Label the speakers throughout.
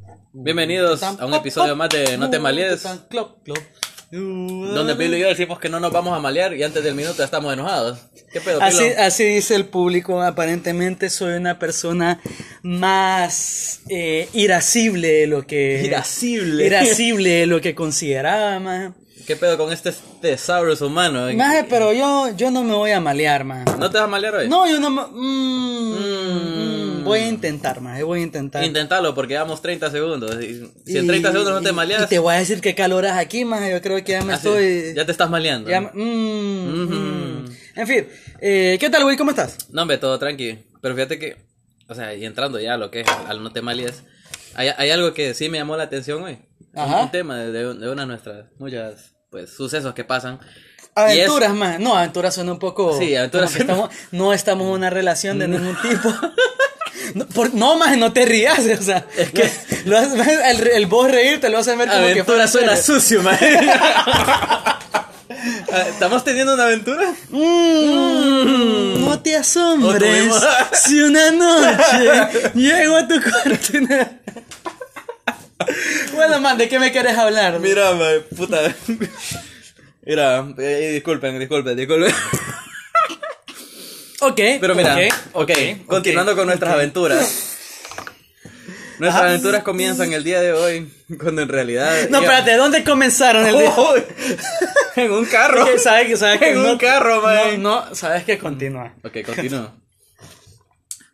Speaker 1: Uh,
Speaker 2: Bienvenidos a un episodio más de No te malees, donde Pablo y yo decimos que no nos vamos a malear y antes del minuto ya estamos enojados. ¿Qué pedo, Pilo?
Speaker 1: Así, ah, así dice el público. Aparentemente soy una persona más eh, irascible de lo que.
Speaker 3: Irascible.
Speaker 1: Eh, Irascible de lo que consideraba, más.
Speaker 2: ¿Qué pedo con este tesaurus humano?
Speaker 1: Maje, pero yo, yo no me voy a malear, más.
Speaker 2: ¿No te vas a malear hoy?
Speaker 1: No, yo no me. mm, mm, voy a intentar, más. Voy a intentar.
Speaker 2: Intentalo porque llevamos 30 segundos. y Si
Speaker 1: Y-
Speaker 2: en 30 segundos no
Speaker 1: y-
Speaker 2: te
Speaker 1: Y
Speaker 2: maleas,
Speaker 1: te voy a decir que caloras aquí, más. Yo creo que ya me
Speaker 2: así,
Speaker 1: estoy.
Speaker 2: ya te estás maleando.
Speaker 1: ya me- mm, mm. En fin, eh, ¿qué tal, güey? ¿Cómo estás?
Speaker 2: No, hombre, todo tranqui. Pero fíjate que, o sea, y entrando ya a lo que es, al no te malías, hay, hay algo que sí me llamó la atención hoy. Un-
Speaker 1: Ajá.
Speaker 2: Un, tema de, de un- de una de nuestras muchas, pues, sucesos que pasan. Y es-
Speaker 1: Aventuras, más. No, aventuras suena un poco.
Speaker 2: Sí, aventuras
Speaker 1: como que estamos- no estamos en una relación de ningún tipo. No, por- no, más, no te rías. O sea, lo- lo haces- el, el vos reírte lo hacen ver como que fuera
Speaker 2: aventura suena
Speaker 1: serio.
Speaker 2: sucio, man. Ah, ¿Estamos teniendo una aventura?
Speaker 1: Mm, no te asombres
Speaker 2: Otro Oh, mismo.
Speaker 1: si una noche llego a tu cuarto. y na- bueno, man, ¿de qué me quieres hablar?
Speaker 2: Mira, man, puta. Mira, eh, disculpen, disculpen, disculpen.
Speaker 1: Ok.
Speaker 2: Pero mira,
Speaker 1: ok,
Speaker 2: ok, continuando con nuestras aventuras. Nuestras aventuras comienzan el día de hoy, cuando en realidad...
Speaker 1: No, espérate, ¿dónde comenzaron el día?
Speaker 2: Oh, en un carro.
Speaker 1: Que sabes que sabes que
Speaker 2: En un carro, man.
Speaker 1: No, no, sabes que continúa.
Speaker 2: Ok, continúa.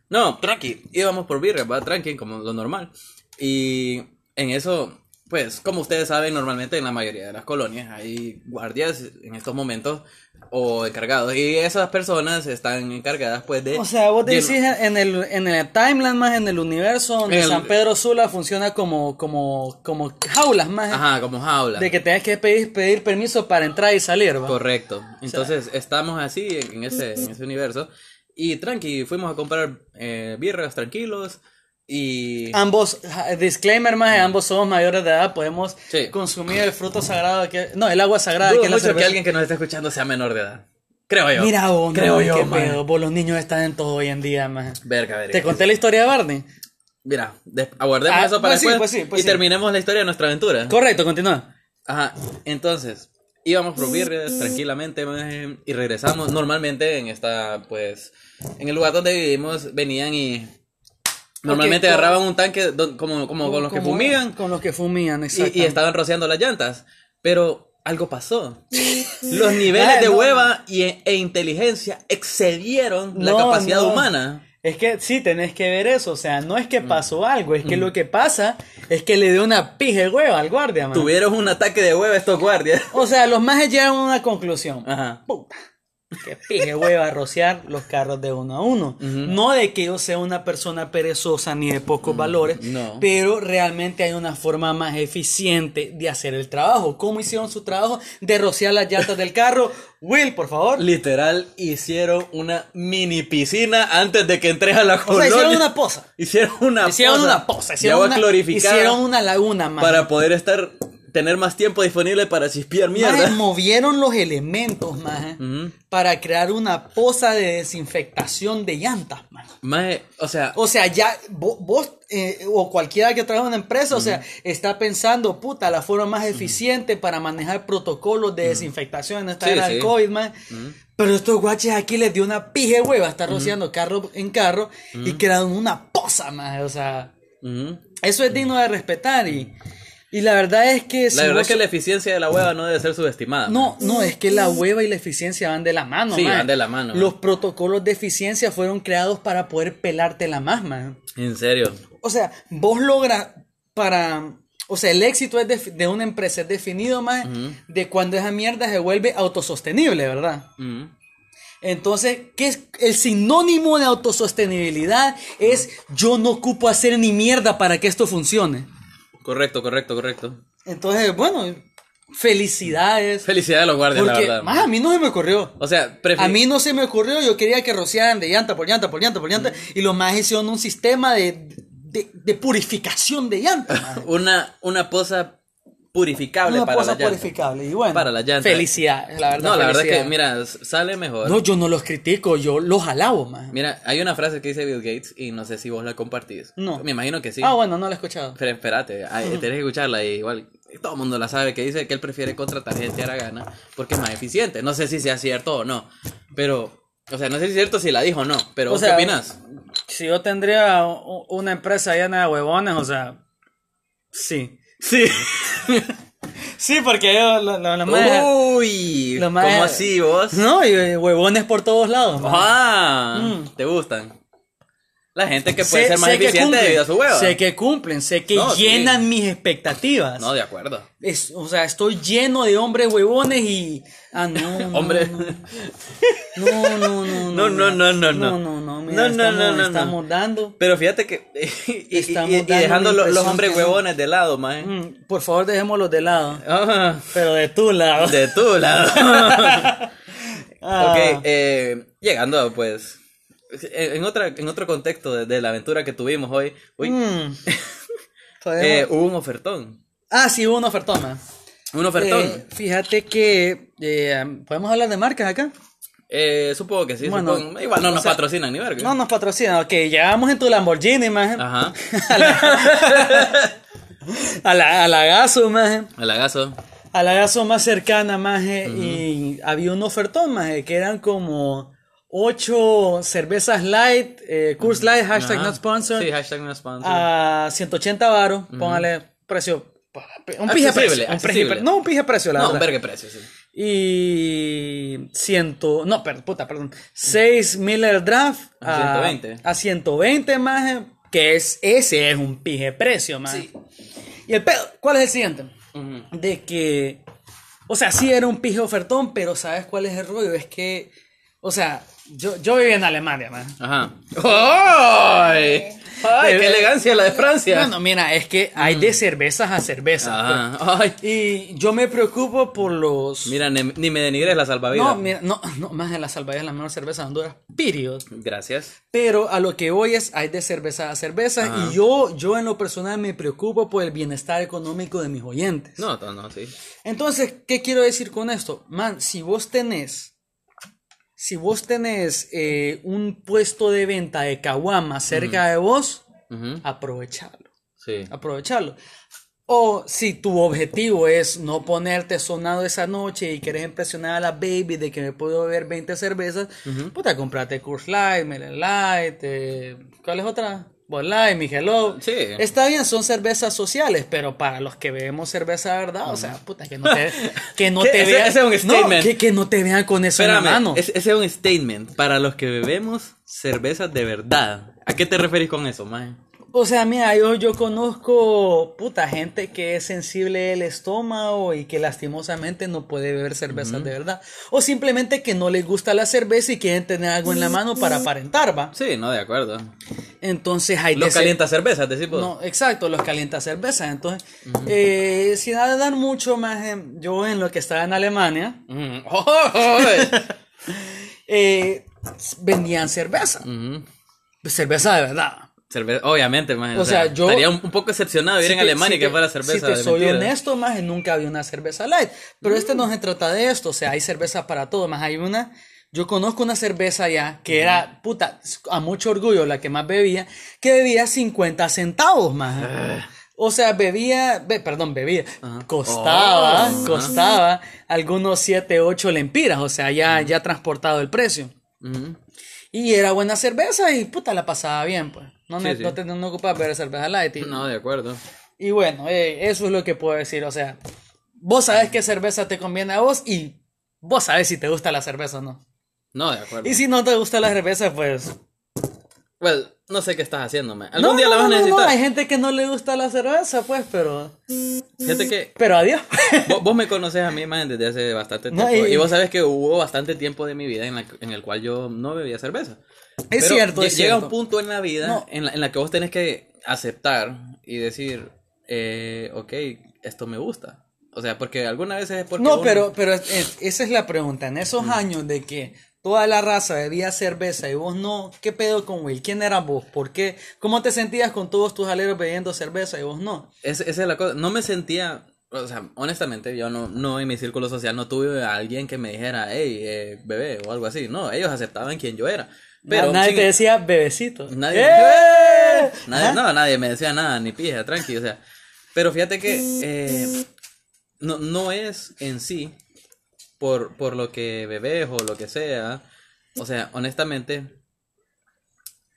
Speaker 2: No, tranqui, íbamos por birra, va, tranqui, como lo normal. Y en eso, pues, como ustedes saben, normalmente en la mayoría de las colonias hay guardias en estos momentos o encargados. Y esas personas están encargadas, pues, de.
Speaker 1: O sea, vos
Speaker 2: de-
Speaker 1: decís en el en el timeline más en el universo donde
Speaker 2: En el-
Speaker 1: San Pedro Sula funciona como como como jaulas más
Speaker 2: Ajá, como jaula.
Speaker 1: de que tengas que pedir pedir permiso para entrar y salir, ¿va?
Speaker 2: Correcto. Entonces, estamos así en, en ese, en ese universo. Y tranqui, fuimos a comprar eh, birras tranquilos. Y.
Speaker 1: Ambos, ja, disclaimer más, ambos somos mayores de edad, podemos
Speaker 2: Sí.
Speaker 1: consumir el fruto sagrado que no, el agua sagrada
Speaker 2: Dudo
Speaker 1: que es la
Speaker 2: mucho que
Speaker 1: cerveza.
Speaker 2: alguien que nos esté escuchando sea menor de edad. Creo yo.
Speaker 1: Mira vos, no,
Speaker 2: Creo yo,
Speaker 1: qué
Speaker 2: man.
Speaker 1: pedo, vos los niños están en todo hoy en día, más.
Speaker 2: Verga, verga.
Speaker 1: Te conté la historia de Barney.
Speaker 2: Mira, des- aguardemos
Speaker 1: Ah,
Speaker 2: eso para
Speaker 1: pues sí,
Speaker 2: después
Speaker 1: pues sí, pues
Speaker 2: y
Speaker 1: sí.
Speaker 2: terminemos la historia de nuestra aventura.
Speaker 1: Correcto, continúa.
Speaker 2: Ajá, entonces, íbamos por
Speaker 1: Mm.
Speaker 2: birrias tranquilamente maje, y regresamos. Normalmente en esta, pues, en el lugar donde vivimos venían y... Normalmente
Speaker 1: Ok, con-
Speaker 2: agarraban un tanque don- como, como con los que
Speaker 1: Como-
Speaker 2: fumigan
Speaker 1: Con los que fumigan, exacto.
Speaker 2: y, y estaban rociando las llantas. Pero algo pasó. Los niveles
Speaker 1: Ah,
Speaker 2: de
Speaker 1: no.
Speaker 2: hueva y, e e inteligencia excedieron la
Speaker 1: No,
Speaker 2: capacidad
Speaker 1: no.
Speaker 2: humana.
Speaker 1: Es que sí, tenés que ver eso. O sea, no es
Speaker 2: Mm.
Speaker 1: que pasó algo, es que lo que pasa es que le dio una pija de hueva al guardia, man.
Speaker 2: Tuvieron un ataque de hueva estos guardias.
Speaker 1: O sea, los majes llegan a una conclusión.
Speaker 2: Ajá.
Speaker 1: Puta. Que pija de hueva rociar los carros de uno a uno. No de que yo sea una persona perezosa ni de pocos valores,
Speaker 2: Mm, no.
Speaker 1: pero realmente hay una forma más eficiente de hacer el trabajo. ¿Cómo hicieron su trabajo de rociar las llantas del carro? Will, por favor.
Speaker 2: Literal, hicieron una mini piscina antes de que entres a la
Speaker 1: O sea,
Speaker 2: colonia.
Speaker 1: hicieron una poza.
Speaker 2: Hicieron una
Speaker 1: Hicieron
Speaker 2: poza
Speaker 1: una poza,
Speaker 2: de
Speaker 1: hicieron
Speaker 2: agua
Speaker 1: una,
Speaker 2: glorificada
Speaker 1: hicieron una laguna, man.
Speaker 2: para poder estar, tener más tiempo disponible para chispear
Speaker 1: Maje,
Speaker 2: mierda.
Speaker 1: movieron los elementos, maje, para crear una poza de desinfectación de llantas, maje.
Speaker 2: Maje, e, o sea,
Speaker 1: O sea, ya vo- vos, eh, o cualquiera que trabaja en una empresa, o sea, está pensando, puta, la forma más eficiente para manejar protocolos de desinfectación en esta
Speaker 2: Sí,
Speaker 1: era
Speaker 2: sí.
Speaker 1: del COVID, man. Pero estos guaches aquí les dio una pije hueva, estar rociando carro en carro y crearon una poza, maje. O sea,
Speaker 2: ujú.
Speaker 1: eso es digno de respetar y, y la verdad es que... si
Speaker 2: la verdad
Speaker 1: vos-
Speaker 2: es que la eficiencia de la hueva no debe ser subestimada.
Speaker 1: no, no, es que la hueva y la eficiencia van de la mano.
Speaker 2: Ah, Sí,
Speaker 1: man.
Speaker 2: van de la mano.
Speaker 1: Los protocolos de eficiencia fueron creados para poder pelarte la más, man.
Speaker 2: En serio.
Speaker 1: O sea, vos logras para... O sea, el éxito es defi- de una empresa es definido más de cuando esa mierda se vuelve autosostenible, ¿verdad?
Speaker 2: Ujú.
Speaker 1: Entonces, ¿qué es el sinónimo de autosostenibilidad? Es yo no ocupo hacer ni mierda para que esto funcione.
Speaker 2: Correcto, correcto, correcto.
Speaker 1: Entonces, bueno, felicidades.
Speaker 2: Felicidades a los guardias,
Speaker 1: Porque,
Speaker 2: la verdad.
Speaker 1: más a mí no se me ocurrió.
Speaker 2: O sea, prefi-
Speaker 1: ¿Ah? A mí no se me ocurrió, yo quería que rociaran de llanta por llanta por llanta por
Speaker 2: Mm.
Speaker 1: llanta. Y los más hicieron un sistema de, de, de purificación de llanta. maje.
Speaker 2: una, una poza purificable
Speaker 1: Una
Speaker 2: para
Speaker 1: cosa
Speaker 2: la llanta.
Speaker 1: purificable. Y bueno,
Speaker 2: Para la llanta.
Speaker 1: felicidades, la verdad.
Speaker 2: no, la verdad es que,
Speaker 1: felicidades.
Speaker 2: mira, s- sale mejor.
Speaker 1: No, yo no los critico, yo los alabo, más.
Speaker 2: Mira, hay una frase que dice Bill Gates y no sé si vos la compartís.
Speaker 1: No.
Speaker 2: Me imagino que sí.
Speaker 1: Ah, bueno, Mm. no lo he escuchado.
Speaker 2: Pero espérate, hay- tenés que escucharla y igual todo el mundo la sabe que dice que él prefiere contratar gente a la gana porque es más eficiente. No sé si sea cierto o no, pero, o sea, no sé si es cierto si la dijo o no, pero
Speaker 1: O
Speaker 2: ¿vos
Speaker 1: sea,
Speaker 2: ¿qué opinas?
Speaker 1: Si yo tendría u- una empresa llena de huevones, o sea, sí.
Speaker 2: Sí.
Speaker 1: Sí, porque yo, lo, lo-
Speaker 2: Uh.
Speaker 1: lo más-
Speaker 2: Uy,
Speaker 1: lo más-
Speaker 2: ¿cómo así vos?
Speaker 1: No, y eh, huevones por todos lados. man.
Speaker 2: Ah,
Speaker 1: Mm.
Speaker 2: ¿Te gustan? La gente que puede
Speaker 1: Sé-
Speaker 2: ser más
Speaker 1: sé que
Speaker 2: eficiente
Speaker 1: cumplen,
Speaker 2: debido a su huevo.
Speaker 1: Sé que cumplen, sé que
Speaker 2: No, sí.
Speaker 1: llenan mis expectativas.
Speaker 2: No, de acuerdo.
Speaker 1: Es- o sea, estoy lleno de hombres huevones y... Ah, no. no,
Speaker 2: Hombre.
Speaker 1: no, No, no, no,
Speaker 2: No, no, no, no,
Speaker 1: No,
Speaker 2: no.
Speaker 1: no, no,
Speaker 2: No, no,
Speaker 1: mira, estamos,
Speaker 2: no, no, no.
Speaker 1: estamos dando...
Speaker 2: Pero fíjate que. Y, y-
Speaker 1: Estamos
Speaker 2: y- y
Speaker 1: dando
Speaker 2: dejando
Speaker 1: la
Speaker 2: los, los
Speaker 1: impresión
Speaker 2: hombres
Speaker 1: que no.
Speaker 2: huevones de lado, man.
Speaker 1: Mm, Por favor, dejémoslos de lado.
Speaker 2: Ah,
Speaker 1: Pero de tu lado.
Speaker 2: de tu lado.
Speaker 1: Ah.
Speaker 2: Ok, eh, llegando pues. En, en otra, en otro contexto de, de la aventura que tuvimos hoy, uy,
Speaker 1: Mm. Podemos-
Speaker 2: eh, hubo un ofertón.
Speaker 1: ah, sí, hubo una ofertón. man.
Speaker 2: Un ofertón.
Speaker 1: Eh, fíjate que... eh, ¿Podemos hablar de marcas acá?
Speaker 2: Eh, supongo que sí.
Speaker 1: Bueno,
Speaker 2: supongo. Igual no
Speaker 1: o
Speaker 2: nos
Speaker 1: sea,
Speaker 2: patrocinan ni verga.
Speaker 1: No nos patrocinan. Ok, llegamos en tu Lamborghini, man.
Speaker 2: Ajá.
Speaker 1: A la, a la gaso, maje.
Speaker 2: Alagazo.
Speaker 1: A la gaso más cercana, maje. Y había un ofertón, maje, que eran como ocho cervezas light, eh, Coors Light, hashtag
Speaker 2: Ajá.
Speaker 1: not sponsored,
Speaker 2: Sí, hashtag no sponsor.
Speaker 1: a 180 varos. Póngale precio. Un pije
Speaker 2: Accesible,
Speaker 1: precio. Un
Speaker 2: accesible.
Speaker 1: pije pre- no, un pije precio, la
Speaker 2: no, un
Speaker 1: verdad.
Speaker 2: verga de precio, sí.
Speaker 1: Y ciento, no, per- puta, perdón, 6 Miller Draft
Speaker 2: A
Speaker 1: a
Speaker 2: 120.
Speaker 1: a 120 más, eh, que es ese es un pije precio, más.
Speaker 2: Sí.
Speaker 1: Y el pedo, ¿cuál es el siguiente?
Speaker 2: Ujú.
Speaker 1: De que o sea, sí era un pije ofertón, pero ¿sabes cuál es el rollo? Es que o sea, yo, yo vivía en Alemania, man.
Speaker 2: Ajá. ¡Ay! eh, ¡Ay, qué elegancia la de Francia!
Speaker 1: Bueno, mira, es que hay de cervezas a cervezas.
Speaker 2: ah. Mm. Ajá. Ay.
Speaker 1: pues. Y yo me preocupo por los
Speaker 2: Mira, ni, ni me denigres la
Speaker 1: No,
Speaker 2: salvavidas.
Speaker 1: mira, no, no, más en la salvaje es la mejor cerveza de Honduras. Period.
Speaker 2: Gracias.
Speaker 1: Pero a lo que voy es, hay de cerveza a cerveza
Speaker 2: Ajá.
Speaker 1: y yo, yo en lo personal me preocupo por el bienestar económico de mis oyentes.
Speaker 2: No, no, no, sí.
Speaker 1: Entonces, ¿qué quiero decir con esto? Man, si vos tenés, si vos tenés eh, un puesto de venta de caguama cerca de vos,
Speaker 2: Ujú,
Speaker 1: aprovechalo,
Speaker 2: Sí.
Speaker 1: aprovechalo. O si tu objetivo es no ponerte sonado esa noche y querés impresionar a la baby de que me puedo beber 20 cervezas, puta, comprate Coors Light, Miller Light, eh, ¿cuál es otra? Bud Light, Michelob.
Speaker 2: Sí.
Speaker 1: Está bien, son cervezas sociales, pero para los que bebemos cerveza de verdad, o sea, puta, que no te, que no
Speaker 2: Que
Speaker 1: te
Speaker 2: ese-
Speaker 1: vean.
Speaker 2: ese es un
Speaker 1: no,
Speaker 2: statement.
Speaker 1: que, que no te vean con
Speaker 2: pues,
Speaker 1: eso en la mano.
Speaker 2: Espérame, es- ese es un statement. Para los que bebemos cervezas de verdad. ¿A qué te referís con eso, mae?
Speaker 1: O sea, mira, yo, yo conozco puta gente que es sensible el estómago y que lastimosamente no puede beber cervezas de verdad. O simplemente que no les gusta la cerveza y quieren tener algo en la mano para aparentar, va.
Speaker 2: Sí, no, de acuerdo.
Speaker 1: Entonces hay de
Speaker 2: Los
Speaker 1: ese-
Speaker 2: calienta cervezas, decimos.
Speaker 1: No, exacto, los calienta cerveza. Entonces, eh, sin dar mucho más, eh, yo en lo que estaba en Alemania, eh, vendían cerveza. Cerveza de verdad.
Speaker 2: obviamente, mae.
Speaker 1: O sea, yo-
Speaker 2: Estaría un, un poco excepcionado vivir
Speaker 1: Si
Speaker 2: en
Speaker 1: te-
Speaker 2: Alemania
Speaker 1: si
Speaker 2: que
Speaker 1: te-
Speaker 2: fuera cerveza.
Speaker 1: Si te
Speaker 2: de Mm.
Speaker 1: soy
Speaker 2: mentira.
Speaker 1: honesto, más nunca había una cerveza light. Pero este no se trata de esto. O sea, hay cerveza para todo. Más hay una. Yo conozco una cerveza ya que era, puta, a mucho orgullo la que más bebía, que bebía 50 centavos más.
Speaker 2: Eh.
Speaker 1: O sea, bebía, be- perdón, bebía, costaba,
Speaker 2: Oh.
Speaker 1: costaba algunos 7, 8 lempiras, o sea, ya,
Speaker 2: Mm.
Speaker 1: ya transportado el precio.
Speaker 2: Ujú.
Speaker 1: Y era buena cerveza y puta, la pasaba bien, pues. No,
Speaker 2: Sí,
Speaker 1: ne-
Speaker 2: sí.
Speaker 1: no, te- no ocupabas beber cerveza light. y-
Speaker 2: No, de acuerdo.
Speaker 1: y bueno, eh, eso es lo que puedo decir. O sea, vos sabés qué cerveza te conviene a vos y vos sabés si te gusta la cerveza o no.
Speaker 2: No, de acuerdo.
Speaker 1: Y si no te gusta la cerveza, pues.
Speaker 2: Well, no sé qué estás haciendo, mae. Algún
Speaker 1: No,
Speaker 2: día la
Speaker 1: no,
Speaker 2: vas a
Speaker 1: no, no,
Speaker 2: necesitar.
Speaker 1: Hay gente que no le gusta la cerveza, pues, pero.
Speaker 2: Fíjate que
Speaker 1: Pero adiós.
Speaker 2: Vos, vos me conoces a mí, man, desde hace bastante
Speaker 1: No,
Speaker 2: tiempo.
Speaker 1: y-
Speaker 2: y, vos sabes que hubo bastante tiempo de mi vida en, la- en el cual yo no bebía cerveza.
Speaker 1: Es
Speaker 2: Pero
Speaker 1: cierto,
Speaker 2: lle-
Speaker 1: es
Speaker 2: Llega
Speaker 1: cierto.
Speaker 2: un punto en la vida
Speaker 1: No.
Speaker 2: en, la, en la que vos tenés que aceptar y decir, eh, ok, esto me gusta. O sea, porque algunas veces es porque. Mm.
Speaker 1: No,
Speaker 2: uno-
Speaker 1: pero, pero es- es- esa es la pregunta. En esos años de que toda la raza bebía cerveza y vos no, ¿qué pedo con Will? ¿Quién eras vos? ¿Por qué? ¿Cómo te sentías con todos tus aleros bebiendo cerveza y vos no?
Speaker 2: Es- esa es la cosa. No me sentía. o sea, honestamente, yo no, no en mi círculo social no tuve a alguien que me dijera, hey, eh, bebé, o algo así. No, ellos aceptaban quien yo era. Pero
Speaker 1: nadie
Speaker 2: sin-
Speaker 1: te decía bebecito.
Speaker 2: Nadie,
Speaker 1: ¡Eh!
Speaker 2: nadie- no, nadie me decía nada, ni pija, tranqui, o sea. Pero fíjate que eh, no, no es en sí por, por lo que bebés o lo que sea. O sea, honestamente,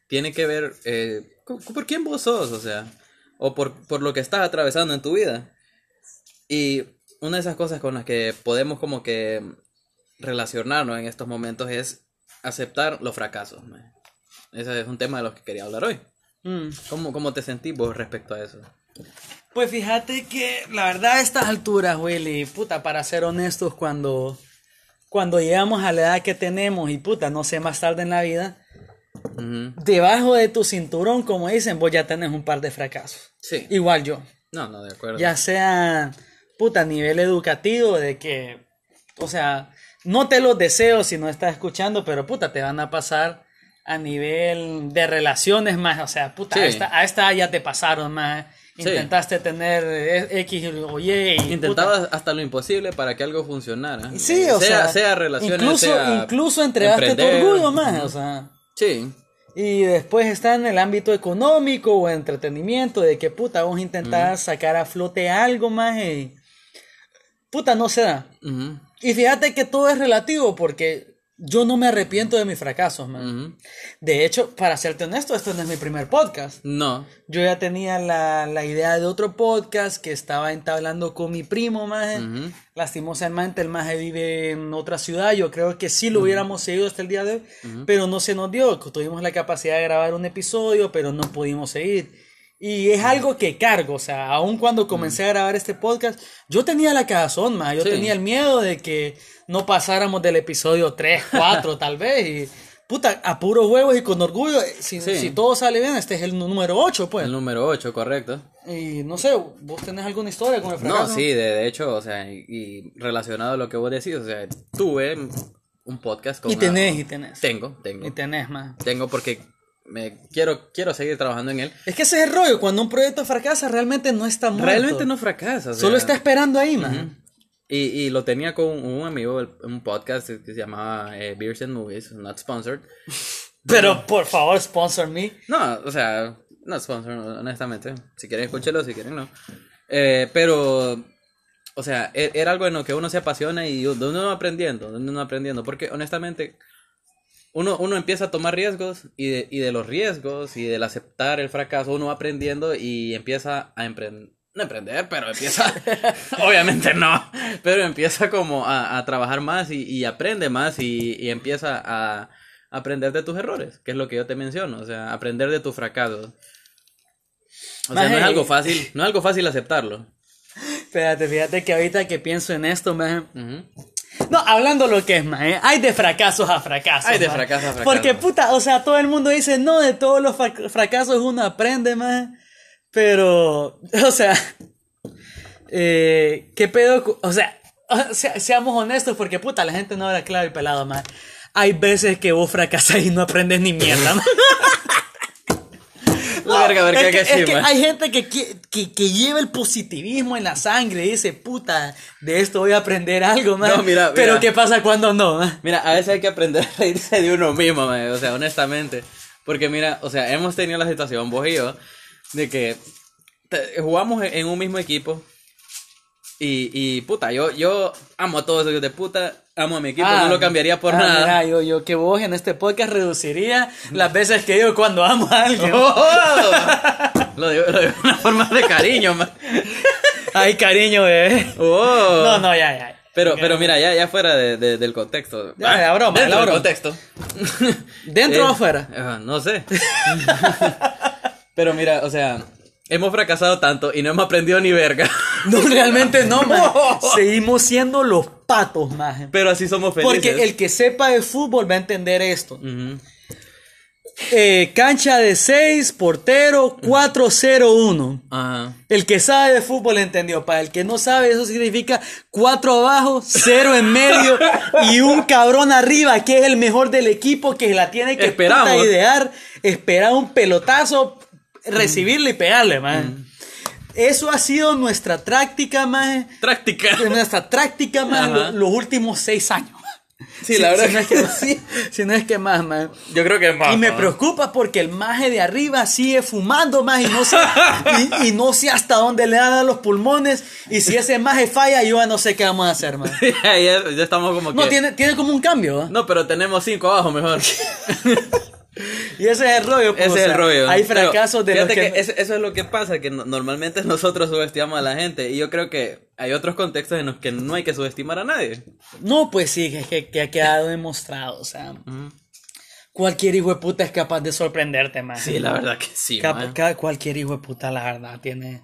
Speaker 2: tiene que ver eh, con- con por quién vos sos, o sea, o por, por lo que estás atravesando en tu vida. Y una de esas cosas con las que podemos como que relacionarnos en estos momentos es aceptar los fracasos. mae. Ese es un tema de los que quería hablar hoy.
Speaker 1: Mm.
Speaker 2: ¿Cómo, cómo te sentís vos respecto a eso?
Speaker 1: Pues fíjate que la verdad a estas alturas, Willy, puta, para ser honestos, cuando, cuando llegamos a la edad que tenemos y puta, no sé, más tarde en la vida,
Speaker 2: Ujú.
Speaker 1: debajo de tu cinturón, como dicen, vos ya tenés un par de fracasos.
Speaker 2: Sí.
Speaker 1: Igual yo,
Speaker 2: No, no, de acuerdo.
Speaker 1: ya sea, puta, a nivel educativo, de que, o sea, no te los deseo si no estás escuchando, pero puta, te van a pasar a nivel de relaciones más, o sea, puta,
Speaker 2: Sí.
Speaker 1: a, esta, a esta ya te pasaron más.
Speaker 2: Sí.
Speaker 1: Intentaste tener eh, X o Y. y puta.
Speaker 2: Intentabas hasta lo imposible para que algo funcionara.
Speaker 1: Sí,
Speaker 2: Eh,
Speaker 1: o
Speaker 2: sea,
Speaker 1: sea.
Speaker 2: sea relaciones,
Speaker 1: incluso,
Speaker 2: sea
Speaker 1: incluso entregaste tu
Speaker 2: emprender.
Speaker 1: orgullo más, o sea.
Speaker 2: Sí.
Speaker 1: Y después está en el ámbito económico o entretenimiento, de que puta, vos intentás sacar a flote algo más y. Puta, no se da.
Speaker 2: Ujú,
Speaker 1: Y fíjate que todo es relativo porque yo no me arrepiento de mis fracasos, man.
Speaker 2: ujú.
Speaker 1: De hecho, para serte honesto, esto no es mi primer podcast.
Speaker 2: No.
Speaker 1: Yo ya tenía la, la idea de otro podcast que estaba entablando con mi primo, maje.
Speaker 2: Ujú.
Speaker 1: Lastimosamente, el maje vive en otra ciudad. Yo creo que sí lo hubiéramos seguido hasta el día de hoy, pero no se nos dio. Tuvimos la capacidad de grabar un episodio, pero no pudimos seguir. Y es algo que cargo, o sea, aun cuando comencé a grabar este podcast, yo tenía la cagazón, maje. Yo
Speaker 2: Sí.
Speaker 1: tenía el miedo de que no pasáramos del episodio 3, 4 tal vez. Y, puta, a puros huevos y con orgullo, eh, si,
Speaker 2: Sí.
Speaker 1: si todo sale bien, este es el número 8, pues.
Speaker 2: El número 8, correcto.
Speaker 1: Y no sé, ¿vos tenés alguna historia con el
Speaker 2: No,
Speaker 1: fracaso?
Speaker 2: sí, de, de hecho, o sea, y, y relacionado a lo que vos decís, o sea, tuve un podcast con...
Speaker 1: Y
Speaker 2: una-
Speaker 1: tenés, y tenés.
Speaker 2: Tengo, tengo.
Speaker 1: Y tenés, más.
Speaker 2: Tengo porque me quiero, quiero seguir trabajando en él.
Speaker 1: Es que ese es el rollo, cuando un proyecto fracasa realmente no está muerto.
Speaker 2: Realmente no fracasa. o sea,
Speaker 1: Solo está esperando ahí, man.
Speaker 2: Y, y lo tenía con un amigo, el- un podcast que se llamaba eh, Beers and Movies, not sponsored.
Speaker 1: Pero por favor, sponsor me.
Speaker 2: No, o sea, no sponsored, honestamente. Si quieren, escúchelo, si quieren, no. Eh, pero, o sea, e- era algo en lo que uno se apasiona y donde uno va aprendiendo, donde uno va aprendiendo. Porque, honestamente, uno, uno empieza a tomar riesgos y de, y de los riesgos y del aceptar el fracaso, uno va aprendiendo y empieza a emprender. No emprender, pero empieza. obviamente no. Pero empieza como a, a trabajar más y, y aprende más y, y empieza a aprender de tus errores, que es lo que yo te menciono. O sea, aprender de tus fracasos. O sea,
Speaker 1: Maje.
Speaker 2: no es algo fácil, no es algo fácil aceptarlo.
Speaker 1: Fíjate, fíjate que ahorita que pienso en esto, man.
Speaker 2: Ujú.
Speaker 1: No, hablando lo que es, man, ¿eh? hay de fracasos a fracasos.
Speaker 2: Hay de
Speaker 1: man.
Speaker 2: fracasos a fracasos.
Speaker 1: Porque puta, o sea, todo el mundo dice, no, de todos los frac- fracasos uno aprende, man. Pero, o sea, eh, ¿qué pedo? cu- O sea, o sea, seamos honestos porque puta, la gente no era claro y pelado, man. Hay veces que vos fracasas y no aprendes ni mierda, man.
Speaker 2: La verga, a ver
Speaker 1: Es
Speaker 2: qué hay
Speaker 1: que-
Speaker 2: que
Speaker 1: es
Speaker 2: decir,
Speaker 1: que
Speaker 2: man.
Speaker 1: hay gente que, qui- que, que lleva el positivismo en la sangre y dice, puta, de esto voy a aprender algo, man.
Speaker 2: No, mira,
Speaker 1: Pero
Speaker 2: mira.
Speaker 1: ¿qué pasa cuando no, man?
Speaker 2: Mira, a veces hay que aprender a reírse de uno mismo, mae, o sea, honestamente. Porque mira, o sea, hemos tenido la situación, vos y yo, de que te- jugamos en- en un mismo equipo. Y, y puta, yo, yo amo a todos esos hijos de puta, amo a mi equipo,
Speaker 1: Ah,
Speaker 2: no lo cambiaría por
Speaker 1: ah,
Speaker 2: nada.
Speaker 1: mira, yo, yo que vos en este podcast reduciría las veces que digo cuando amo a alguien.
Speaker 2: ¡Oh! lo, digo, lo digo de una forma de cariño, man.
Speaker 1: Ay, cariño, bebé.
Speaker 2: ¡Oh!
Speaker 1: No, no, ya, ya.
Speaker 2: Pero, pero mira, ya, ya fuera de- de- del contexto.
Speaker 1: Ya, la broma,
Speaker 2: dentro
Speaker 1: la
Speaker 2: del
Speaker 1: broma.
Speaker 2: contexto.
Speaker 1: ¿Dentro
Speaker 2: Eh,
Speaker 1: o afuera?
Speaker 2: ah, no sé. pero mira, o sea, hemos fracasado tanto y no hemos aprendido ni verga.
Speaker 1: No, realmente no, man.
Speaker 2: No.
Speaker 1: Seguimos siendo los patos, más.
Speaker 2: Pero así somos Oh. felices.
Speaker 1: Porque el que sepa de fútbol va a entender esto.
Speaker 2: Ujú.
Speaker 1: Eh, cancha de 6, portero 4-0-1.
Speaker 2: Ajá.
Speaker 1: El que sabe de fútbol entendió. Para el que no sabe, eso significa cuatro abajo, cero en medio y un cabrón arriba que es el mejor del equipo que la tiene que
Speaker 2: Esperamos. Mm.
Speaker 1: puta idear, esperar un pelotazo, recibirle y pegarle, man. Eso ha sido nuestra práctica, más
Speaker 2: Práctica.
Speaker 1: nuestra práctica, más
Speaker 2: Ajá.
Speaker 1: los últimos seis años.
Speaker 2: Sí, la verdad
Speaker 1: Si no es que, sí, si no es que más, man.
Speaker 2: Yo creo que es más.
Speaker 1: Y me
Speaker 2: ¿no?
Speaker 1: preocupa porque el maje de arriba sigue fumando más y no sé, y, y no sé hasta dónde le dan a los pulmones. Y si ese maje falla, yo ya no sé qué vamos a hacer, man.
Speaker 2: ya, ya- ya estamos como que.
Speaker 1: No, tiene, tiene como un cambio. ¿eh?
Speaker 2: No, pero tenemos cinco abajo mejor.
Speaker 1: Y ese es el rollo. pues,
Speaker 2: Ese
Speaker 1: o
Speaker 2: es el
Speaker 1: sea,
Speaker 2: rollo.
Speaker 1: Hay
Speaker 2: Pero
Speaker 1: fracasos de los
Speaker 2: fíjate
Speaker 1: que...
Speaker 2: que es- eso es lo que pasa, que no- normalmente nosotros subestimamos a la gente. Y yo creo que hay otros contextos en los que no hay que subestimar a nadie.
Speaker 1: No, pues sí, que, que- que ha quedado demostrado. O sea, cualquier hijo de puta es capaz de sorprenderte, man.
Speaker 2: Sí, la verdad que sí.
Speaker 1: Cap-
Speaker 2: man.
Speaker 1: ca- cualquier hijo de puta, la verdad, tiene,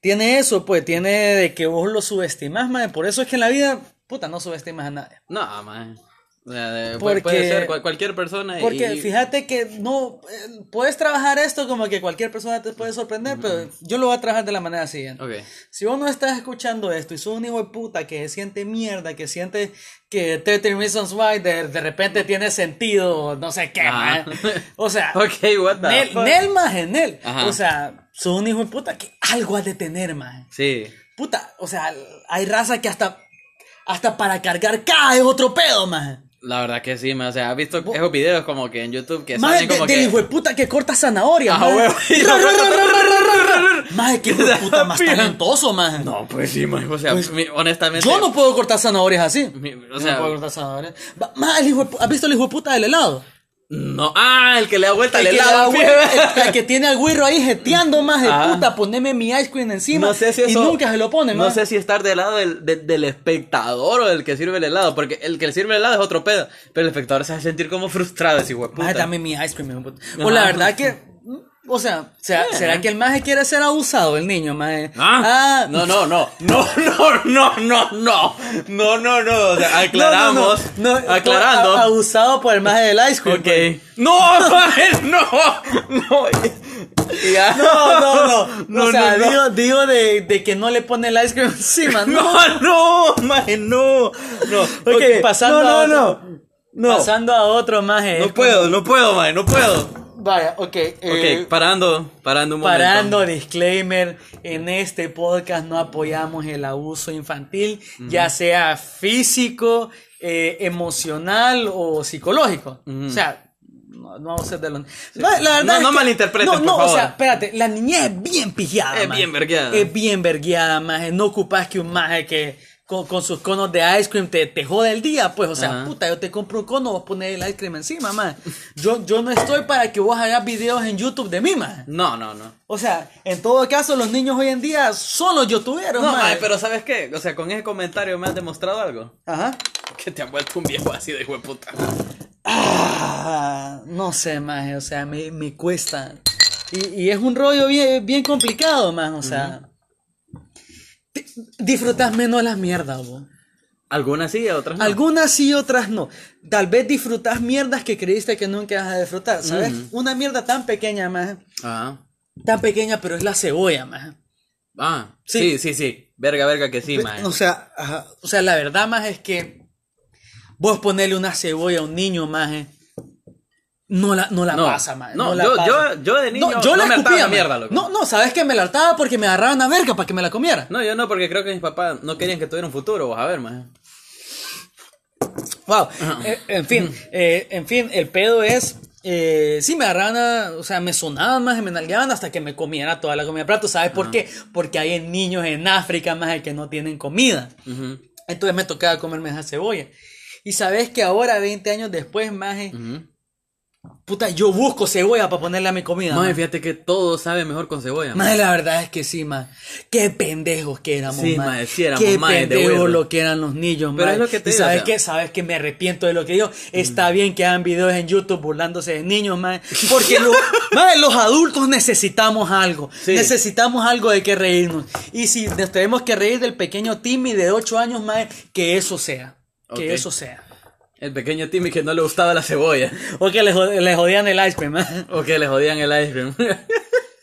Speaker 1: tiene eso, pues, tiene de que vos lo subestimas, man. Por eso es que en la vida, puta, no subestimas a nadie.
Speaker 2: No, man. O sea, eh, pu-
Speaker 1: Porque-
Speaker 2: Puede ser cual- cualquier persona. y-
Speaker 1: Porque
Speaker 2: y-
Speaker 1: fíjate que no, eh, puedes trabajar esto como que cualquier persona te puede sorprender, pero yo lo voy a trabajar de la manera siguiente.
Speaker 2: Ok.
Speaker 1: Si vos no estás escuchando esto y sos un hijo de puta que siente mierda, que siente que 13 Reasons Why de, de repente tiene sentido, no sé qué,
Speaker 2: Ah.
Speaker 1: man. O sea,
Speaker 2: Ok, what the
Speaker 1: Nel,
Speaker 2: fuck.
Speaker 1: Nel, maje, Nel.
Speaker 2: Ajá.
Speaker 1: O sea, sos un hijo de puta que algo has de tener, maje.
Speaker 2: Sí.
Speaker 1: Puta, o sea, hay raza que hasta, hasta para cargar cae otro pedo, maje.
Speaker 2: La verdad que sí, man. O sea, has visto esos videos como que en YouTube que
Speaker 1: Maje,
Speaker 2: salen como
Speaker 1: de-
Speaker 2: que.
Speaker 1: del hijo de puta que corta zanahoria,
Speaker 2: Ah,
Speaker 1: maje.
Speaker 2: huevo.
Speaker 1: Ra, ra, ra, ra, ra, ra, ra, ra. Maje, qué hijo de puta más talentoso, maje.
Speaker 2: No, pues sí, man. O sea, mi- honestamente.
Speaker 1: Yo no puedo cortar zanahorias así.
Speaker 2: mi- o
Speaker 1: Yo no
Speaker 2: sea,
Speaker 1: puedo cortar zanahorias. Va- maje, el hijo de pu- ¿has visto el hijo de puta del helado?
Speaker 2: no. Ah, el que le da vuelta al
Speaker 1: El que,
Speaker 2: helado.
Speaker 1: le da güiro- el- el que tiene al güiro ahí jeteando más de
Speaker 2: Ajá.
Speaker 1: puta, poneme mi ice cream encima.
Speaker 2: No sé si eso,
Speaker 1: Y nunca se lo pone,
Speaker 2: No
Speaker 1: maje.
Speaker 2: sé si estar del lado del, de- del espectador o del que sirve el helado, porque el que le sirve el helado es otro pedo, pero el espectador se hace sentir como frustrado ese hueputa.
Speaker 1: Maje, dame mi ice cream, hijo de puta. O la
Speaker 2: Ajá.
Speaker 1: verdad que. mm, O sea, ¿será, será que el maje quiere ser abusado, el niño, maje?
Speaker 2: Eh. Ah, no, no, no, no, no, no, no, no, no, no, no, o sea, aclaramos,
Speaker 1: No, no, no, no,
Speaker 2: aclarando.
Speaker 1: a- Abusado por el maje del ice cream. pues.
Speaker 2: ok. No, maes, no, no. Y ya.
Speaker 1: No, no, no.
Speaker 2: No,
Speaker 1: o sea,
Speaker 2: no, no.
Speaker 1: digo, digo de, de que no le pone el ice cream encima, ¿no?
Speaker 2: No, no, maes, no, no.
Speaker 1: Ok,
Speaker 2: Ok,
Speaker 1: pasando
Speaker 2: no,
Speaker 1: a
Speaker 2: no,
Speaker 1: otro.
Speaker 2: no, no,
Speaker 1: Pasando a otro maje.
Speaker 2: no puedo, no puedo, maes, no puedo.
Speaker 1: Vaya, ok. eh,
Speaker 2: Ok, parando, parando un momento.
Speaker 1: Parando, disclaimer, en este podcast no apoyamos el abuso infantil, ya sea físico, eh, emocional o psicológico. O sea, no, no abuses de los... No, la verdad
Speaker 2: No,
Speaker 1: es
Speaker 2: no
Speaker 1: que-
Speaker 2: malinterpretes,
Speaker 1: No,
Speaker 2: por
Speaker 1: no, o
Speaker 2: favor.
Speaker 1: sea, espérate, la niñez es bien pijada.
Speaker 2: Es
Speaker 1: maje.
Speaker 2: bien vergueada.
Speaker 1: Es bien vergueada, maje. No ocupas que un maje que con, con sus conos de ice cream te, te jode el día, pues, o sea,
Speaker 2: Ajá.
Speaker 1: puta, yo te compro un cono, vos pones el ice cream encima, maje. Yo, yo no estoy para que vos hagas videos en YouTube de mí, maje.
Speaker 2: No, no, no.
Speaker 1: O sea, en todo caso, los niños hoy en día son los youtuberos,
Speaker 2: No,
Speaker 1: maje.
Speaker 2: mae, pero ¿sabes qué? O sea, con ese comentario me has demostrado algo.
Speaker 1: Ajá.
Speaker 2: Que te han vuelto un viejo así de hueputa.
Speaker 1: Ah, no sé, maje, o sea, me, me cuesta. Y, y es un rollo bien, bien complicado, maje, o sea... Te- Disfrutas menos las mierdas, vos.
Speaker 2: Algunas sí, otras no.
Speaker 1: Algunas sí, otras no. Tal vez disfrutas mierdas que creíste que nunca ibas a disfrutar, ¿sabes? Una mierda tan pequeña, más
Speaker 2: Ajá.
Speaker 1: Tan pequeña, pero es la cebolla, más
Speaker 2: Ah, sí,
Speaker 1: Sí.
Speaker 2: sí, sí. Verga, verga que sí, mae.
Speaker 1: Pues, O sea, ajá, o sea, la verdad, más es que vos ponerle una cebolla a un niño, más no la, no la
Speaker 2: No,
Speaker 1: pasa, maje,
Speaker 2: no,
Speaker 1: la
Speaker 2: yo-
Speaker 1: pasa.
Speaker 2: yo- yo de niño no
Speaker 1: la
Speaker 2: me hartaba
Speaker 1: escupía,
Speaker 2: la
Speaker 1: maje.
Speaker 2: mierda, loco.
Speaker 1: No, no, sabes que me la hartaba porque me agarraban a verga para que me la comiera.
Speaker 2: No, yo no, porque creo que mis papás no querían que tuviera un futuro, vos a ver, mae.
Speaker 1: Wow. Eh, en fin, eh, en fin, el pedo es. Eh, sí, me agarraban, a- o sea, me sonaban más, me nalgueaban hasta que me comiera toda la comida de plato. ¿Sabes por qué? Porque hay niños en África más que no tienen comida.
Speaker 2: Ujú.
Speaker 1: Entonces me tocaba comerme esa cebolla. Y sabes que ahora, 20 años después, más,
Speaker 2: Ujú.
Speaker 1: puta, yo busco cebolla para ponerle a mi comida.
Speaker 2: Mae,
Speaker 1: maje.
Speaker 2: fíjate que todo sabe mejor con cebolla. mae.
Speaker 1: Maje, la verdad es que sí, más. Qué pendejos que éramos,
Speaker 2: Sí,
Speaker 1: maje.
Speaker 2: maje, sí éramos,
Speaker 1: Qué
Speaker 2: maje, de
Speaker 1: pendejos
Speaker 2: huevo.
Speaker 1: lo que eran los niños,
Speaker 2: Pero
Speaker 1: maje.
Speaker 2: es lo que te
Speaker 1: y
Speaker 2: digo,
Speaker 1: sabes
Speaker 2: o sea- Mm.
Speaker 1: que sabes que me arrepiento de lo que digo. Está bien que hagan videos en YouTube burlándose de niños, maje, porque lo- maje, los adultos necesitamos algo.
Speaker 2: Sí.
Speaker 1: Necesitamos algo de que reírnos. Y si nos tenemos que reír del pequeño Timmy de 8 años, más que eso sea. Que
Speaker 2: Ok.
Speaker 1: eso sea.
Speaker 2: El pequeño Timmy que no le gustaba la cebolla. ¿eh?
Speaker 1: O que le, jod- le jodían el ice cream, maje.
Speaker 2: O que le jodían el ice cream.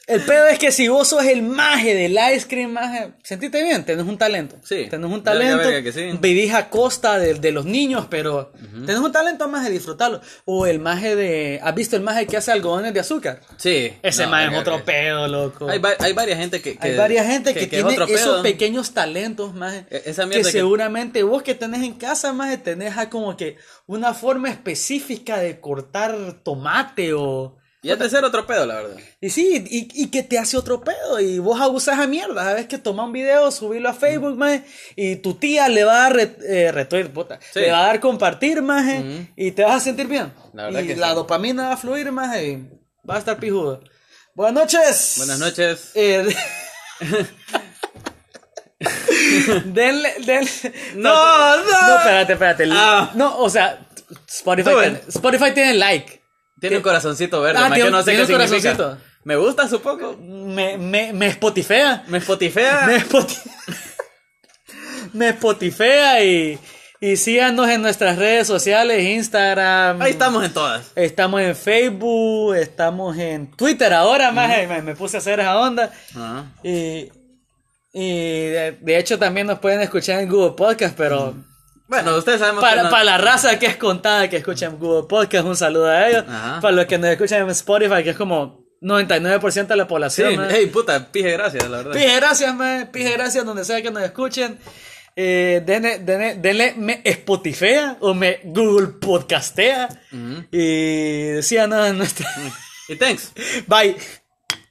Speaker 1: El pedo es que si vos sos el maje del ice cream, maje, sentite bien, tenés un talento.
Speaker 2: Sí.
Speaker 1: Tenés un
Speaker 2: Ya- ya
Speaker 1: talento.
Speaker 2: verga que sí.
Speaker 1: Vivís a costa de, de los niños, pero tenés un talento más de disfrutarlo. O el maje de. ¿Has visto el maje que hace algodones de azúcar?
Speaker 2: Sí.
Speaker 1: Ese
Speaker 2: no,
Speaker 1: maje es
Speaker 2: verga
Speaker 1: otro
Speaker 2: que-
Speaker 1: pedo, loco.
Speaker 2: Hay, va- hay varias gente que, que-
Speaker 1: Hay varias gente que,
Speaker 2: que es
Speaker 1: tiene
Speaker 2: otro
Speaker 1: esos
Speaker 2: pedo.
Speaker 1: pequeños talentos, maje.
Speaker 2: E- esa
Speaker 1: que
Speaker 2: mierda que-
Speaker 1: seguramente vos que tenés en casa, maje, tenés a como que una forma específica de cortar tomate o.
Speaker 2: Y es de ser otro pedo, la verdad.
Speaker 1: Y sí, y, y que te hace otro pedo. Y vos abusas a mierda. Sabes que toma un video, subirlo a Facebook, maje, y tu tía le va a dar re- eh, retweet, puta.
Speaker 2: Sí.
Speaker 1: Le va a dar compartir, maje, y te vas a sentir bien.
Speaker 2: La verdad
Speaker 1: y
Speaker 2: que
Speaker 1: Mm. la
Speaker 2: sí.
Speaker 1: dopamina va a fluir, maje, y va a estar pijudo. Buenas noches.
Speaker 2: Buenas noches.
Speaker 1: Eh, denle, denle.
Speaker 2: No, no.
Speaker 1: No, espérate, espérate.
Speaker 2: Ah.
Speaker 1: No, o sea, Spotify,
Speaker 2: Sube.
Speaker 1: tiene- Spotify tiene like.
Speaker 2: Tiene un corazoncito verde,
Speaker 1: Ah,
Speaker 2: más
Speaker 1: tiene-
Speaker 2: que no sé
Speaker 1: tiene
Speaker 2: qué
Speaker 1: un
Speaker 2: significa.
Speaker 1: corazoncito.
Speaker 2: Me gusta, supongo.
Speaker 1: Me, me, me spotifea.
Speaker 2: Me spotifea.
Speaker 1: Me, spoti- me spotifea y, y síganos en nuestras redes sociales, Instagram.
Speaker 2: Ahí estamos en todas.
Speaker 1: Estamos en Facebook, estamos en Twitter ahora, más eh, me, me puse a hacer esa onda.
Speaker 2: Ajá.
Speaker 1: Y, y de, de hecho también nos pueden escuchar en Google Podcast, pero
Speaker 2: Bueno, ustedes sabemos que
Speaker 1: para,
Speaker 2: no-
Speaker 1: para la raza que es contada que escucha en Google Podcast, un saludo a ellos.
Speaker 2: Ajá.
Speaker 1: Para los que nos escuchan en Spotify, que es como 99% de la
Speaker 2: Sí,
Speaker 1: población. man.
Speaker 2: ey, puta, pije gracias, la verdad.
Speaker 1: ¿eh? Pije gracias, man. Pije gracias donde sea que nos escuchen. Eh, denle, denle- denle me Spotify o me Google Podcastea. Y síganos en nuestra...
Speaker 2: Y thanks.
Speaker 1: Bye.